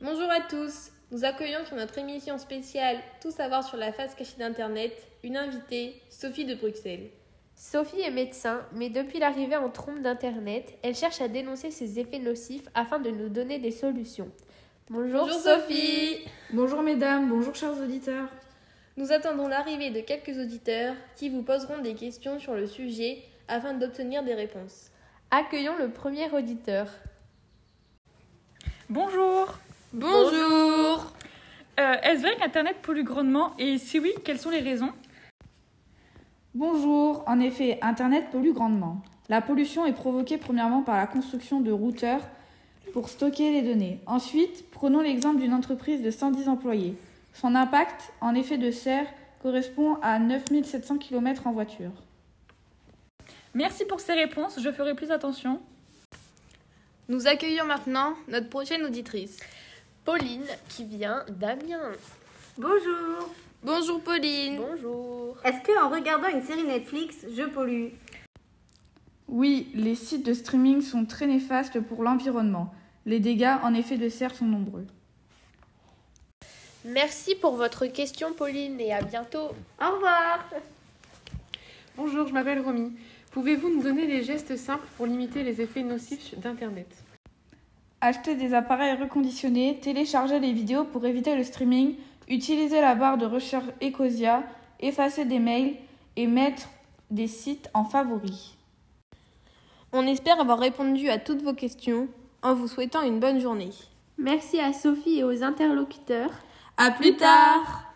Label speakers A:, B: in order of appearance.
A: Bonjour à tous. Nous accueillons sur notre émission spéciale Tout savoir sur la face cachée d'Internet une invitée, Sophie de Bruxelles.
B: Sophie est médecin, mais depuis l'arrivée en trompe d'Internet, elle cherche à dénoncer ses effets nocifs afin de nous donner des solutions. Bonjour, Sophie.
C: Bonjour mesdames, bonjour chers auditeurs.
A: Nous attendons l'arrivée de quelques auditeurs qui vous poseront des questions sur le sujet afin d'obtenir des réponses.
B: Accueillons le premier auditeur.
D: Bonjour
A: Bonjour
D: Euh, Est-ce vrai qu'Internet pollue grandement Et si oui, quelles sont les raisons
C: Bonjour, en effet, Internet pollue grandement. La pollution est provoquée premièrement par la construction de routeurs pour stocker les données. Ensuite, prenons l'exemple d'une entreprise de 110 employés. Son impact en effet de serre correspond à 9700 km en voiture.
D: Merci pour ces réponses, je ferai plus attention.
A: Nous accueillons maintenant notre prochaine auditrice.
B: Pauline, qui vient d'Amiens.
E: Bonjour
A: Bonjour Pauline.
B: Bonjour.
E: Est-ce que en regardant une série Netflix, je pollue
C: Oui, les sites de streaming sont très néfastes pour l'environnement. Les dégâts en effet de serre sont nombreux.
B: Merci pour votre question, Pauline, et à bientôt.
E: Au revoir
F: Bonjour, je m'appelle Romy. Pouvez-vous nous donner des gestes simples pour limiter les effets nocifs d'Internet
C: Acheter des appareils reconditionnés, télécharger les vidéos pour éviter le streaming, utiliser la barre de recherche Ecosia, effacer des mails et mettre des sites en favoris.
A: On espère avoir répondu à toutes vos questions en vous souhaitant une bonne journée.
B: Merci à Sophie et aux interlocuteurs.
A: À plus tard